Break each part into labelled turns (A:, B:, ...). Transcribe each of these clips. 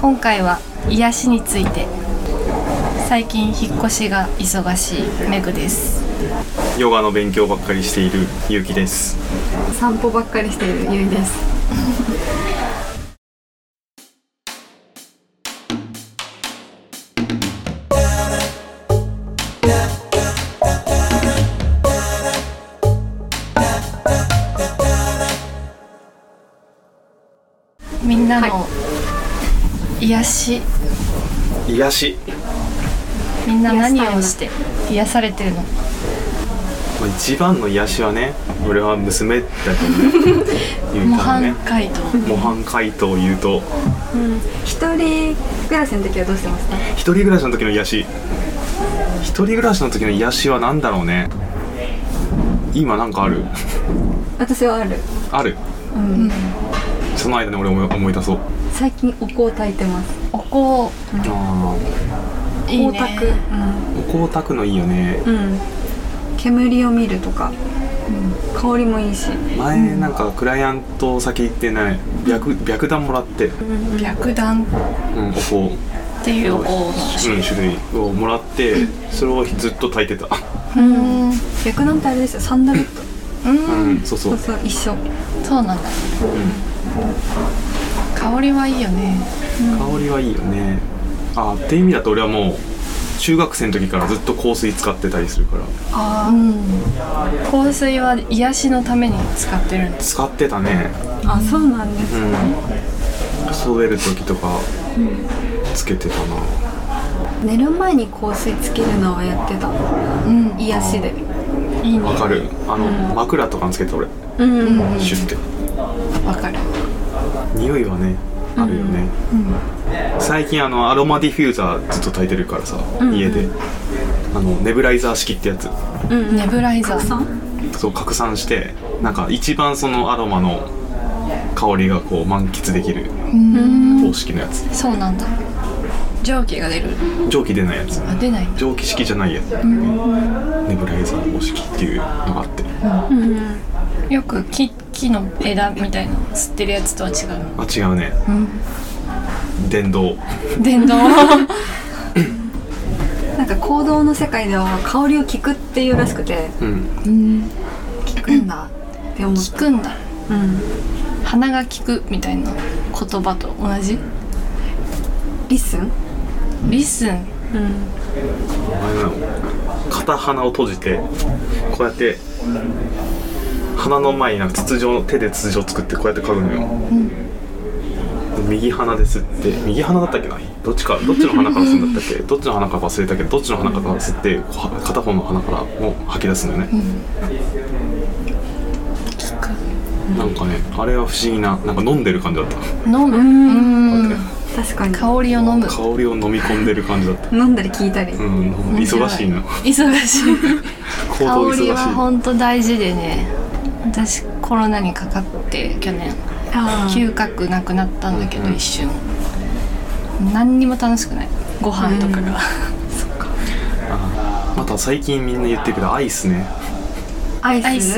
A: 今回は癒しについて最近引っ越しが忙しいメグです
B: ヨガの勉強ばっかりしているゆうきです
C: 散歩ばっかりしているゆいです
A: みんなの癒し、
B: 癒し、
A: みんな何をして癒されてるの
B: まあ、一番の癒しはね俺は娘だけ どねゆう
A: 模
B: きさ
A: 範
B: んのね
A: 解答
B: 模範解答を言うと
C: うん一人暮らしの時はどうしてますか
B: 一人暮らしの時の癒し一人暮らしの時の癒しは何だろうね今なんかある
C: 私はある
B: ある
C: うん
B: その間に俺思い思い出そう
C: 最近お香を炊いてます
A: おこ
B: あ
A: いいね
C: 香炊く
B: あお香炊くのいいよね
C: うん、うん、煙を見るとか、香りもいいし
B: 前なんかクライアント先行ってない白白檀もらって、
A: 白檀
B: うん、お香
A: っていうおこの
B: うん、種類をもらってそれをずっと炊いてた
A: うんう
C: 逆なんてあれですよサンダルと
A: ん
B: うんそう そ
C: そう
B: う
C: そう一緒
A: そうなんだ、香りはいいよね
B: 香りはいいよねあっていう意味だと俺はもう中学生の時からずっと香水使ってたりするから
A: あうん香水は癒しのために使ってるんです
B: 使ってたね
C: あそうなんです、
B: うん遊べる時とかつけてたな
C: 寝る前に香水つけるのはやってた
A: うん
C: 癒しで
A: いいね
B: わかるあの枕とかにつけてた俺
C: うん、
B: シュッて
A: わかる
B: 匂いはねあるよね、最近あのアロマディフューザーずっと炊いてるからさ、家であのネブライザー式ってやつ
A: ネブライザー
B: そう拡散してなんか一番そのアロマの香りがこう満喫できる方式のやつ
A: そうなんだ蒸気が出る
B: 蒸気出ないやつ
A: あ出ない
B: 蒸気式じゃないやつ、ネブライザー方式っていうのがあって
A: よく木木の枝みたいな吸ってるやつとは違う
B: あ違うね、電動
A: の電動
C: なんか行動の世界では香りを聞くっていうらしくて
B: うん
C: 聞くんだって思っ
A: 効くんだ
C: た、うん、
A: 鼻が効くみたいな言葉と同じ
C: リッスン
A: リスン
B: あれなの片鼻を閉じてこうやって鼻の前になんか筒状の手で筒状作ってこうやって嗅ぐのよ、右鼻で吸って右鼻だったっけなどっちかどっちの鼻から吸うんだったっけどっちの鼻か忘れたけどどっちの鼻から吸ってこうは片方の鼻からもう吐き出すのよね、
A: 効く
B: なんかねあれは不思議ななんか飲んでる感じだった、
A: 飲むうん
C: 確かに
A: 香りを飲む
B: 香りを飲み込んでる感じだった
C: 飲んだり聞いたり、
B: うん忙しいな
A: 忙しい
B: 行動
A: 香りは
B: 忙し
A: 本当大事でね私コロナにかかって去年
C: あー
A: 嗅覚なくなったんだけど一瞬何にも楽しくないご飯とかが、
B: いまた最近みんな言ってるけどアイスね
C: アイス
A: アイス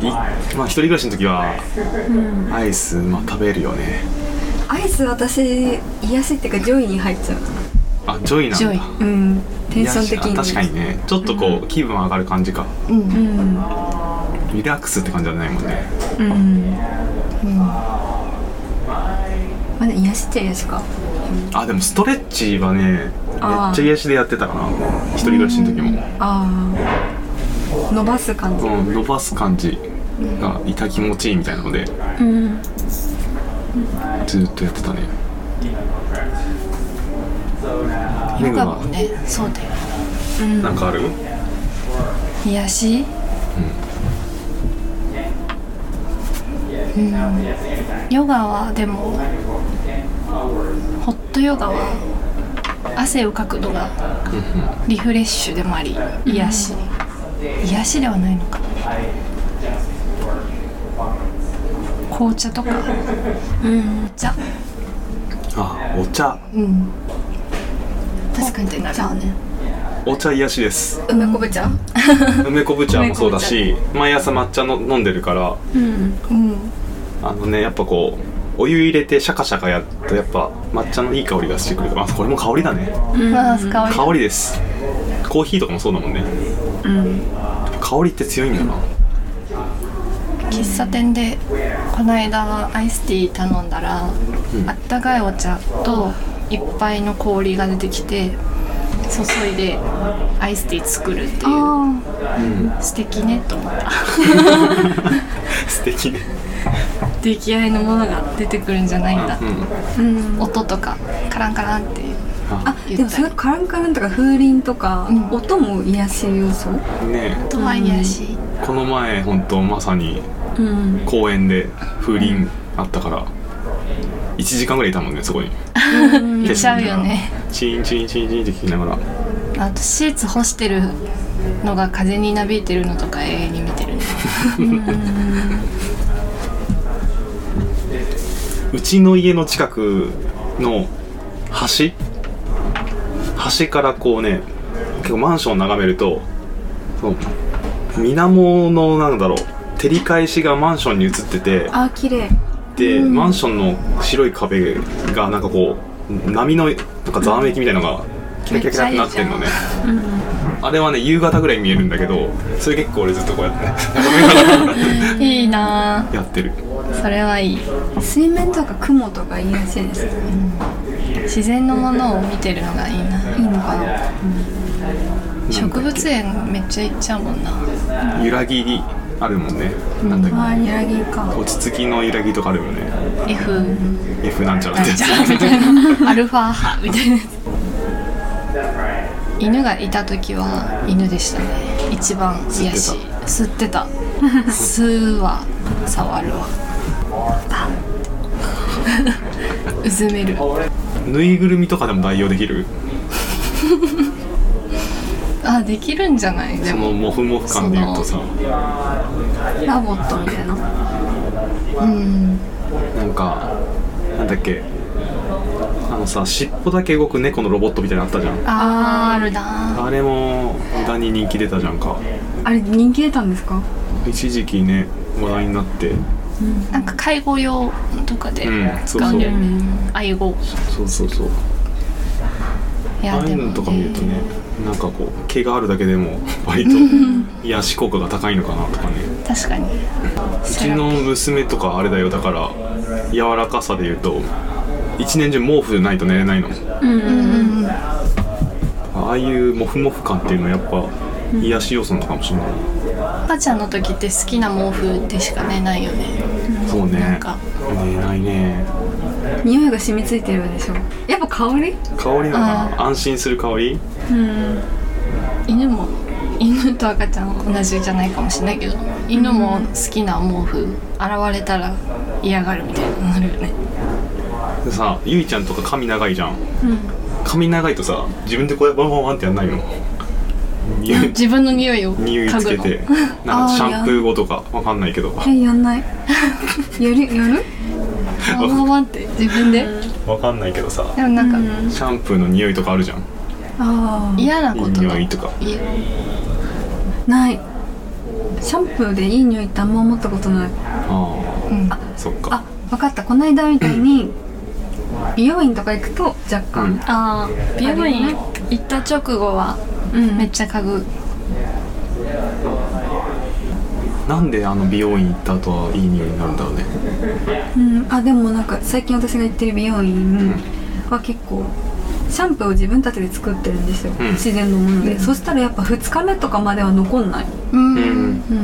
B: いまあ一人暮らしの時はアイス、まあ、食べるよね
C: アイス私癒しっていうか上位に入っちゃう
B: あジョイなんだ
A: ジョイ
C: うんテンション的
B: い
C: に
B: や確かにねちょっとこう、気分上がる感じか
A: うん
C: うん
B: リラックスって感じじゃないもんね
C: うん、まだ癒しっちゃ癒しか
B: あでもストレッチはねめっち
C: あー
B: ゃ癒しでやってたかな一人暮らしの時も、
C: ああ伸ばす感じ
B: うん、伸ばす感じが痛気持ちいいみたいなので
C: うん
B: ずっとやってたねメ
A: ヨ
B: グ
A: ガも
B: は
A: ねそうだよ
B: なんかある
A: 癒しうん、ヨガはでもホットヨガは汗をかくのがリフレッシュでもあり癒しに癒しではないのか紅茶とか、お茶
B: あお茶
A: うん確かにってなるね
B: お茶癒しです
C: 梅昆布茶
B: 梅昆布茶もそうだし毎朝抹茶の飲んでるから
C: うん
A: うん
B: あのねやっぱこうお湯入れてシャカシャカやるとやっぱ抹茶のいい香りがしてくるからあこれも香りだね
A: まず香り
B: 香りですコーヒーとかもそうだもんね
C: うん
B: 香りって強いんだな
A: 喫茶店でこの間アイスティー頼んだら、あったかいお茶といっぱいの氷が出てきて注いでアイスティー作るっていう
C: あ
A: 素敵ねと思った
B: 素敵ね
A: 出来合いのものが出てくるんじゃないんだ、
B: う
C: あうん
A: 音とかカランカランっていう
C: あ
A: 言ったり
C: でもそれカランカランとか風鈴とか、
A: うん
C: 音も癒し要素
B: んね
A: とはいえし、
B: えこの前本当まさに
C: うん
B: 公園で風鈴あったから1時間ぐらいいたもんねそこに
A: いっちゃうよね
B: チーンチーンチーンチーンって聞きながら
A: あとシーツ干してるのが風になびいてるのとか永遠に見てるね
B: うちの家の近くの橋橋からこうね結構マンションを眺めるとその水面のなんだろう照り返しがマンションに映ってて
C: あ綺麗
B: で、マンションの白い壁がなんかこう波のなんかざわめきみたいなのがキラキラキラってなってんの
A: め
B: ね
A: っち
B: あれはね夕方ぐらいに見えるんだけどそれ結構俺ずっとこうやって
A: いいな
B: やってる
A: あそれはいい
C: 水面とか雲とか癒しですね
A: 自然のものを見てるのがいいないいのかな、植物園めっちゃ行っちゃうもんな
B: 揺らぎにあるもんね、なんだっけ
C: ああ揺らぎか
B: 落ち着きの揺らぎとかあるよね
A: F
B: F なんちゃら
A: なん
B: ってやつ
A: ちゃらみたいなアルファ派みたいなやつ犬がいた時は犬でしたね一番癒し吸ってた吸うは触るわパンってうずめる
B: ぬいぐるみとかでも代用できる
A: あできるんじゃないで
B: そ
A: も
B: のモフモフ感で言うとさ
C: ラボットみたいな
A: うん
B: なんかなんだっけあのさ尻尾だけ動く猫のロボットみたいなのあったじゃん
A: あーあるな
B: あれも無駄に人気出たじゃんか
C: あれ人気出たんですか
B: 一時期ね話題になって
A: なんか介護用とかで
B: うん
A: 使うんだよね、愛護
B: そうそうそう
A: い
B: あ
A: や
B: あい
A: で
B: う
A: も、
B: のとか見るとねなんかこう毛があるだけでも割 と癒し効果が高いのかなとかね
A: 確かに
B: うちの娘とかあれだよだから柔らかさで言うと一年中毛布ないと寝れないの
A: うんうん
B: ああいうモフモフ感っていうのはやっぱ癒し要素なのかもしれない、
A: 赤ちゃんの時って好きな毛布でしか寝ないよね
B: そうね
A: なんか
B: 寝ないね
C: 匂いが染みついてるでしょやっぱ香り
B: 香りなのかな安心する香り
C: うん
A: 犬も犬と赤ちゃんは同じじゃないかもしれないけど犬も好きな毛布現れたら嫌がるみたいになるよ ね
B: でさゆいちゃんとか髪長いじゃん
C: うん
B: 髪長いとさ自分でこうやってワンワンワンってやんないの匂い
A: 自分の匂いを
B: 匂い
A: 嗅
B: つ
A: ぐ
B: け
A: の
B: てなんかシャンプー後とかわかんないけど
C: えやん ないやるやる
A: ワンワンワンって自分で
B: わかんないけどさ
A: でもなんか、
C: うん
B: シャンプーの匂いとかあるじゃん
C: ああ
A: 嫌ない
B: い
A: ことが
B: 匂いとか
A: いや
C: ないシャンプーでいい匂いってあんま思ったことない
B: あ
A: うん
B: あそっ
C: あ
B: か
C: 分かったこないだみたいに美容院とか行くと若干
A: あー美容
C: あ
A: 院
C: れね
A: 行った直後は
C: うん
A: めっちゃ嗅ぐ
B: なんであの美容院行った後はいい匂いになるんだろうね
C: うん、あでもなんか最近私が行ってる美容院は結構シャンプーを自分たちで作ってるんですよ、
B: うん
C: 自然のもので、そしたらやっぱ2日目とかまでは残んない
A: うん、
B: う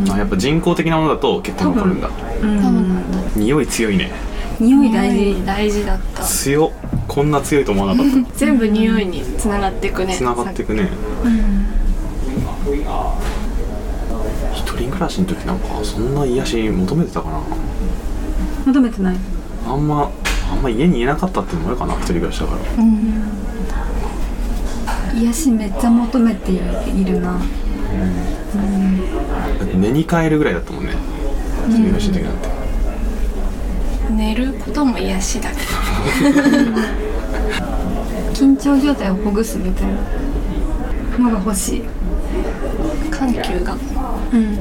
B: ん、あやっぱ人工的なものだと結構残るんだ
C: うん
A: 多分なんだ
B: 匂い強いね
C: 匂い大事
A: 大事だった
B: 強っこんな強いと思わなかっ
A: 全部匂いにつながっていくね
B: た 繋がっていくね
C: うん
B: 一人暮らしの時なんかそんな癒し求めてたかな
C: 求めてない
B: あんまあんま家にいなかったっていうのもあるかな一人暮らしだから
A: うん
C: 癒しめっちゃ求めているな
B: だって寝に帰るぐらいだったもんね一人暮らしの時なんて、
A: 寝ることも癒しだけ
C: 緊張状態をほぐすみたいなのが欲しい
A: ど緩急が
C: うん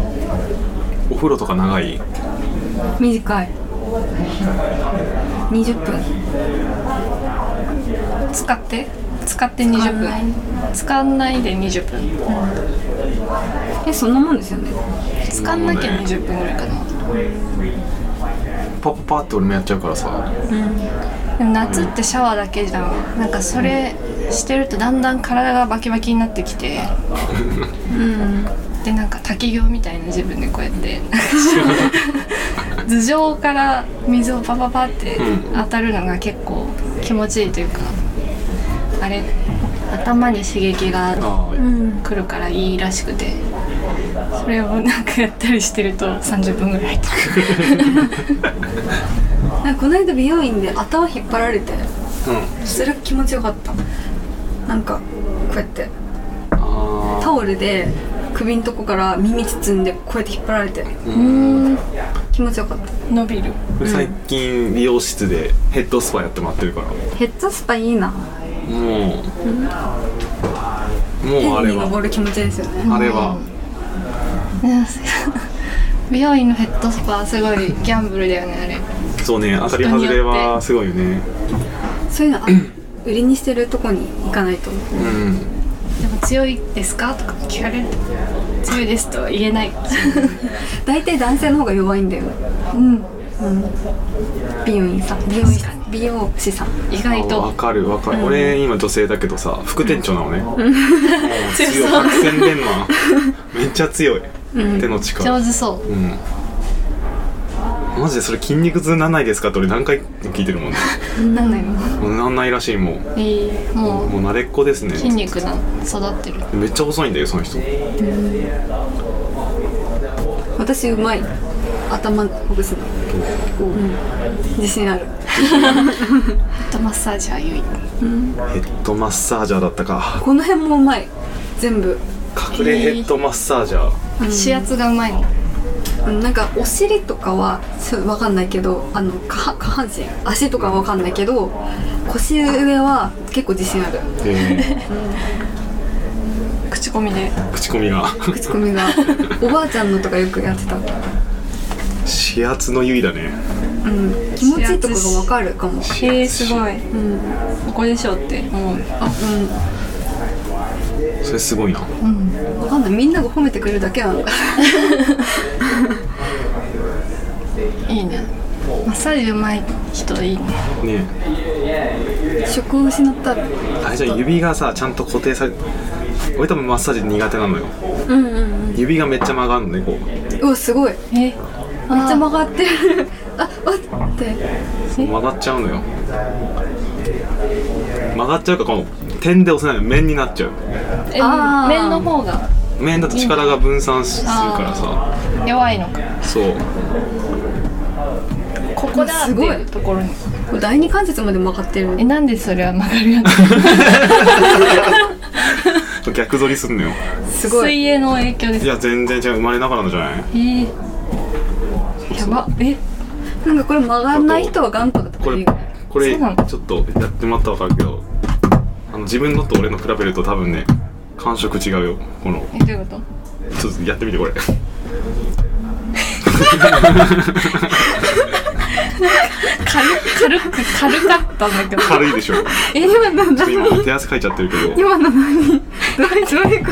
B: お風呂とか長い
C: 短い20分
A: 使って使って20分使んないで20分
C: えそんなもんですよね
A: 使んなきゃ20分ぐらいかな
B: パッパッパって俺もやっちゃうからさ
A: でも夏ってシャワーだけじゃんなんかそれしてるとだんだん体がバキバキになってきてでなんか滝行みたいな自分でこうやって頭上から水をパパパって当たるのが結構気持ちいいというかあれ頭に刺激が
B: ああ、
A: 来るからいいらしくてそれをなんかやったりしてると30分ぐらいとか
C: なんかこの間美容院で頭引っ張られてそれ気持ちよかったなんかこうやって
B: あ
C: タオルで首のとこから耳包んでこうやって引っ張られて
A: うん
C: 気持ちよかった
A: 伸びる
B: あ最近美容室でヘッドスパやってもらってるからも
C: ヘッドスパいいな
B: うもうあ
C: 天
B: れ
C: に昇
B: は
C: る気持ちですよね
B: あれは
A: ね 美容院のヘッドスパはすごいギャンブルだよねあれ
B: そうね当たり外れはすごいよね
C: そういうのあ売りにしてるとこに行かないと
B: うん
A: でも強いですかとか聞かれる強いですとは言え ない
C: 大体男性の方が弱いんだよね
A: うん
C: 美容院さん美容院さん美容師さん
A: 意外
B: あわ
A: と
B: かるわかる、俺今女性だけどさ副店長なのね、もう強い白線電 話めっちゃ強い、手の力
A: 上手そう
B: うんマジでそれ筋肉痛なんないですかって俺何回も聞いてるもんね
A: なんだよ
B: もうなんないらしいもう
A: えーもう
B: もう慣れっこですね
A: 筋肉な育ってる
B: めっちゃ細いんだよその人
C: 私うまい頭ほぐすの、うん、自信ある
A: ヘッドマッサージは良い
B: ヘッドマッサージャーだったか
C: この辺もうまい全部
B: 隠れヘッドマッサージャー、
A: 指圧がうまいの
C: うんなんかお尻とかはちょっとわかんないけどあの下下半身足とかはわかんないけど腰上は結構自信ある
B: え
A: 口コミで
B: ー口コミが
C: 口 コミがおばあちゃんのとかよくやってた
B: 指圧の優位だね
C: うん気持ちいいとこがわかるかも
A: えー、すごい、
C: ん
A: ここでしょって思うあ
B: それすごいな
C: わかんないみんなが褒めてくれるだけなのか
A: いいねマッサージうまい人いいね
B: ね
C: な職を失ったら
B: えあれじゃん指がさちゃんと固定され俺多分マッサージ苦手なのよ
C: うんうん
B: 指がめっちゃ曲がるのねこう
C: うんうわすごいめっ
A: えめっ
C: ちゃ曲がってるあ待って
B: 曲がっちゃうのよ曲がっちゃうかこの点で押せないの面になっちゃう
C: あー
A: 面の方が
B: 面だと力が分散するからさ
A: 弱いのか
B: そう
A: ここだって
C: すご
A: い
C: いう
A: ところに
C: これ第二関節まで曲がってる
A: えなんでそれは曲がるや
B: 逆反り すんのよ
A: つ
C: すごい
A: 水泳の影響です
B: いや全然違う生まれながらのじゃない
A: えー、やばえ
C: なんかこれ曲がらない人は頑固だと
B: こ
C: か言
B: れ
C: うよ
B: これ
A: そうなの
B: ちょっとやってもらったら分かるけどあの自分のと俺の比べると多分ね感触違うよこの
A: えどういうこ
B: ちょっとやってみてこれ
A: と軽軽く軽かったんだけど
B: 軽いでしょちょ
C: え今なん
B: っ
C: だ
B: と今もう手汗かいちゃってるけど
C: 今の何どういうどういうこ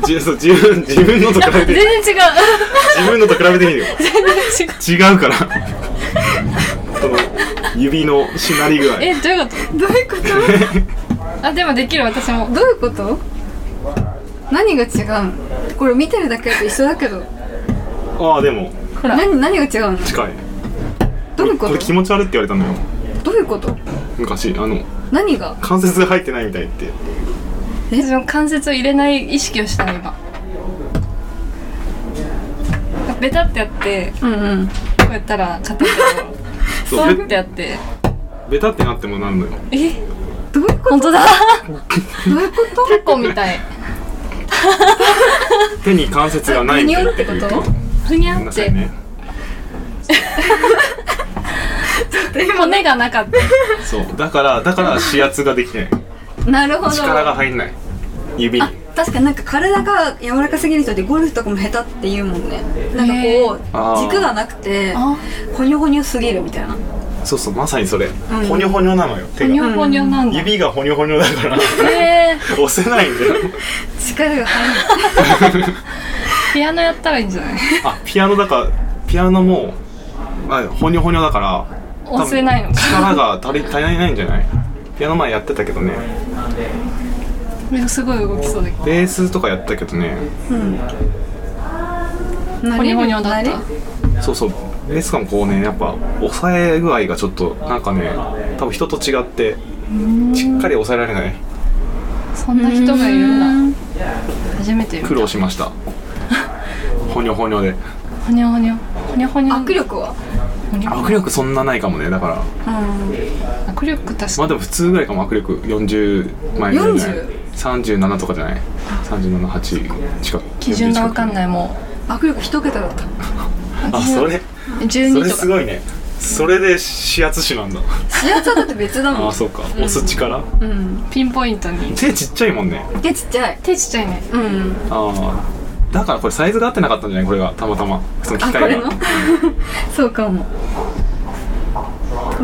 C: と
B: じそう自分自分のと比べて
A: 全然違う
B: 自分のと比べてみるよ
A: 全然違う
B: 違うから この指のしなり具合
A: えどういうこ
C: どういうこと
A: とあでもできる私も
C: どういうこと何が違うのこれ見てるだけだと一緒だけど
B: ああでも
A: ほら
C: 何何が違うの
B: 近い
C: どういうこ
B: これ気
C: と
B: 持ち悪いって言われたのよ
C: どういうこと
B: 昔あの
C: 何が
B: 関節が入ってないみたいって
A: 私も関節を入れない意識をしたの今ベタってやって
C: うんうん
A: こうやったら勝てるけど
B: そう
A: そうってやって
B: ベタってなってもなんのよ
A: え
C: どういうこ
A: 本当だ
C: とどういうこ
A: タコみたい
B: 手に関節がないみたいって言う
C: えぐにょってこと
A: ふに
B: ご
A: ゃっ
B: めんなさ
A: て、
B: いね
A: 骨がなかった
B: そうだからだから指圧ができない
C: となるほど
B: 力が入んない指に
C: 確かになんか体が柔らかすぎる人ってゴルフとかも下手って言うもんねなんか
A: へー
C: こう軸がなくて
A: あ
C: ほにょほにょすぎる みたいな
B: そうそうまさにそれ、ほにょほにょなのよ
A: ほ
B: 手
A: にょ
B: が
A: ほにょなんだ
B: 指がほにょほにょだから
A: え
B: 押せないんだよ
C: 力が入る
A: ー、ピアノやったらいいんじゃない
B: あピアノだからピアノもあほにょほにょだから多分
A: 押せないのか
B: 力が足り足りないんじゃないピアノ前やってたけどね
A: でもすごい動きそうだけど
B: ベースとかやったけどね
A: ほにょほにょだった
B: そうそうベースかもこうねやっぱ押さえ具合がちょっとなんかね多分人と違ってしっかり押さえられない
A: そんな人がいるんだ初めて見た
B: 苦労しました ほにょほにょで
A: ほにょほにょほにょほにょ
C: 握力は
A: ほにょ
B: 握力そんなないかもねだから
C: うん
A: 握力確かに
B: まあでも普通ぐらいかも握力40前ぐらいじゃない
C: 40
B: 37とかじゃない378近く
A: 基準がわかんないも
C: 握力一桁だった
B: あそれ
A: う
B: そ
A: 12
B: れ
A: と
B: す
A: か
B: ごいねそれで指圧紙なんだ
C: 視圧はだって別だ
B: あ
C: も
B: あ
C: ん
B: そうか押す力
C: うん
A: ピンポイントに
B: 手ちっちゃいもんね
C: 手ちっちゃい
A: 手ちっちゃいね
C: うん
B: ああだからこれサイズが合ってなかったんじゃないこれがたまたまその機
C: あこ
B: 械
C: れ
B: が
C: の そうかも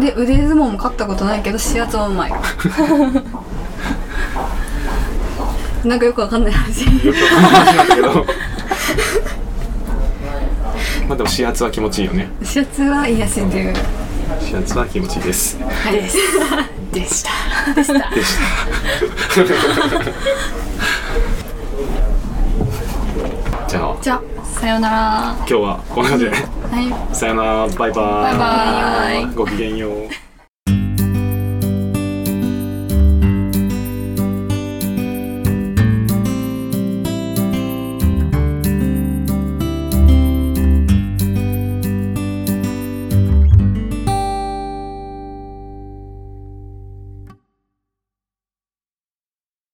C: で腕相撲も勝ったことないけど視圧はうまい なんかよくわかんない話
B: よくわかんないんだけど まあでも指圧は気持ちいいよね
C: 視圧は癒やしっていう
B: 指圧は気持ちいいです
C: はいです
A: でした
B: でしたじゃあ
C: じゃ
A: さよなら
B: 今日はこんな感じで
C: あはい
B: さよならバイバー
A: バイ
B: イ
A: バーイ
B: ごきげんよう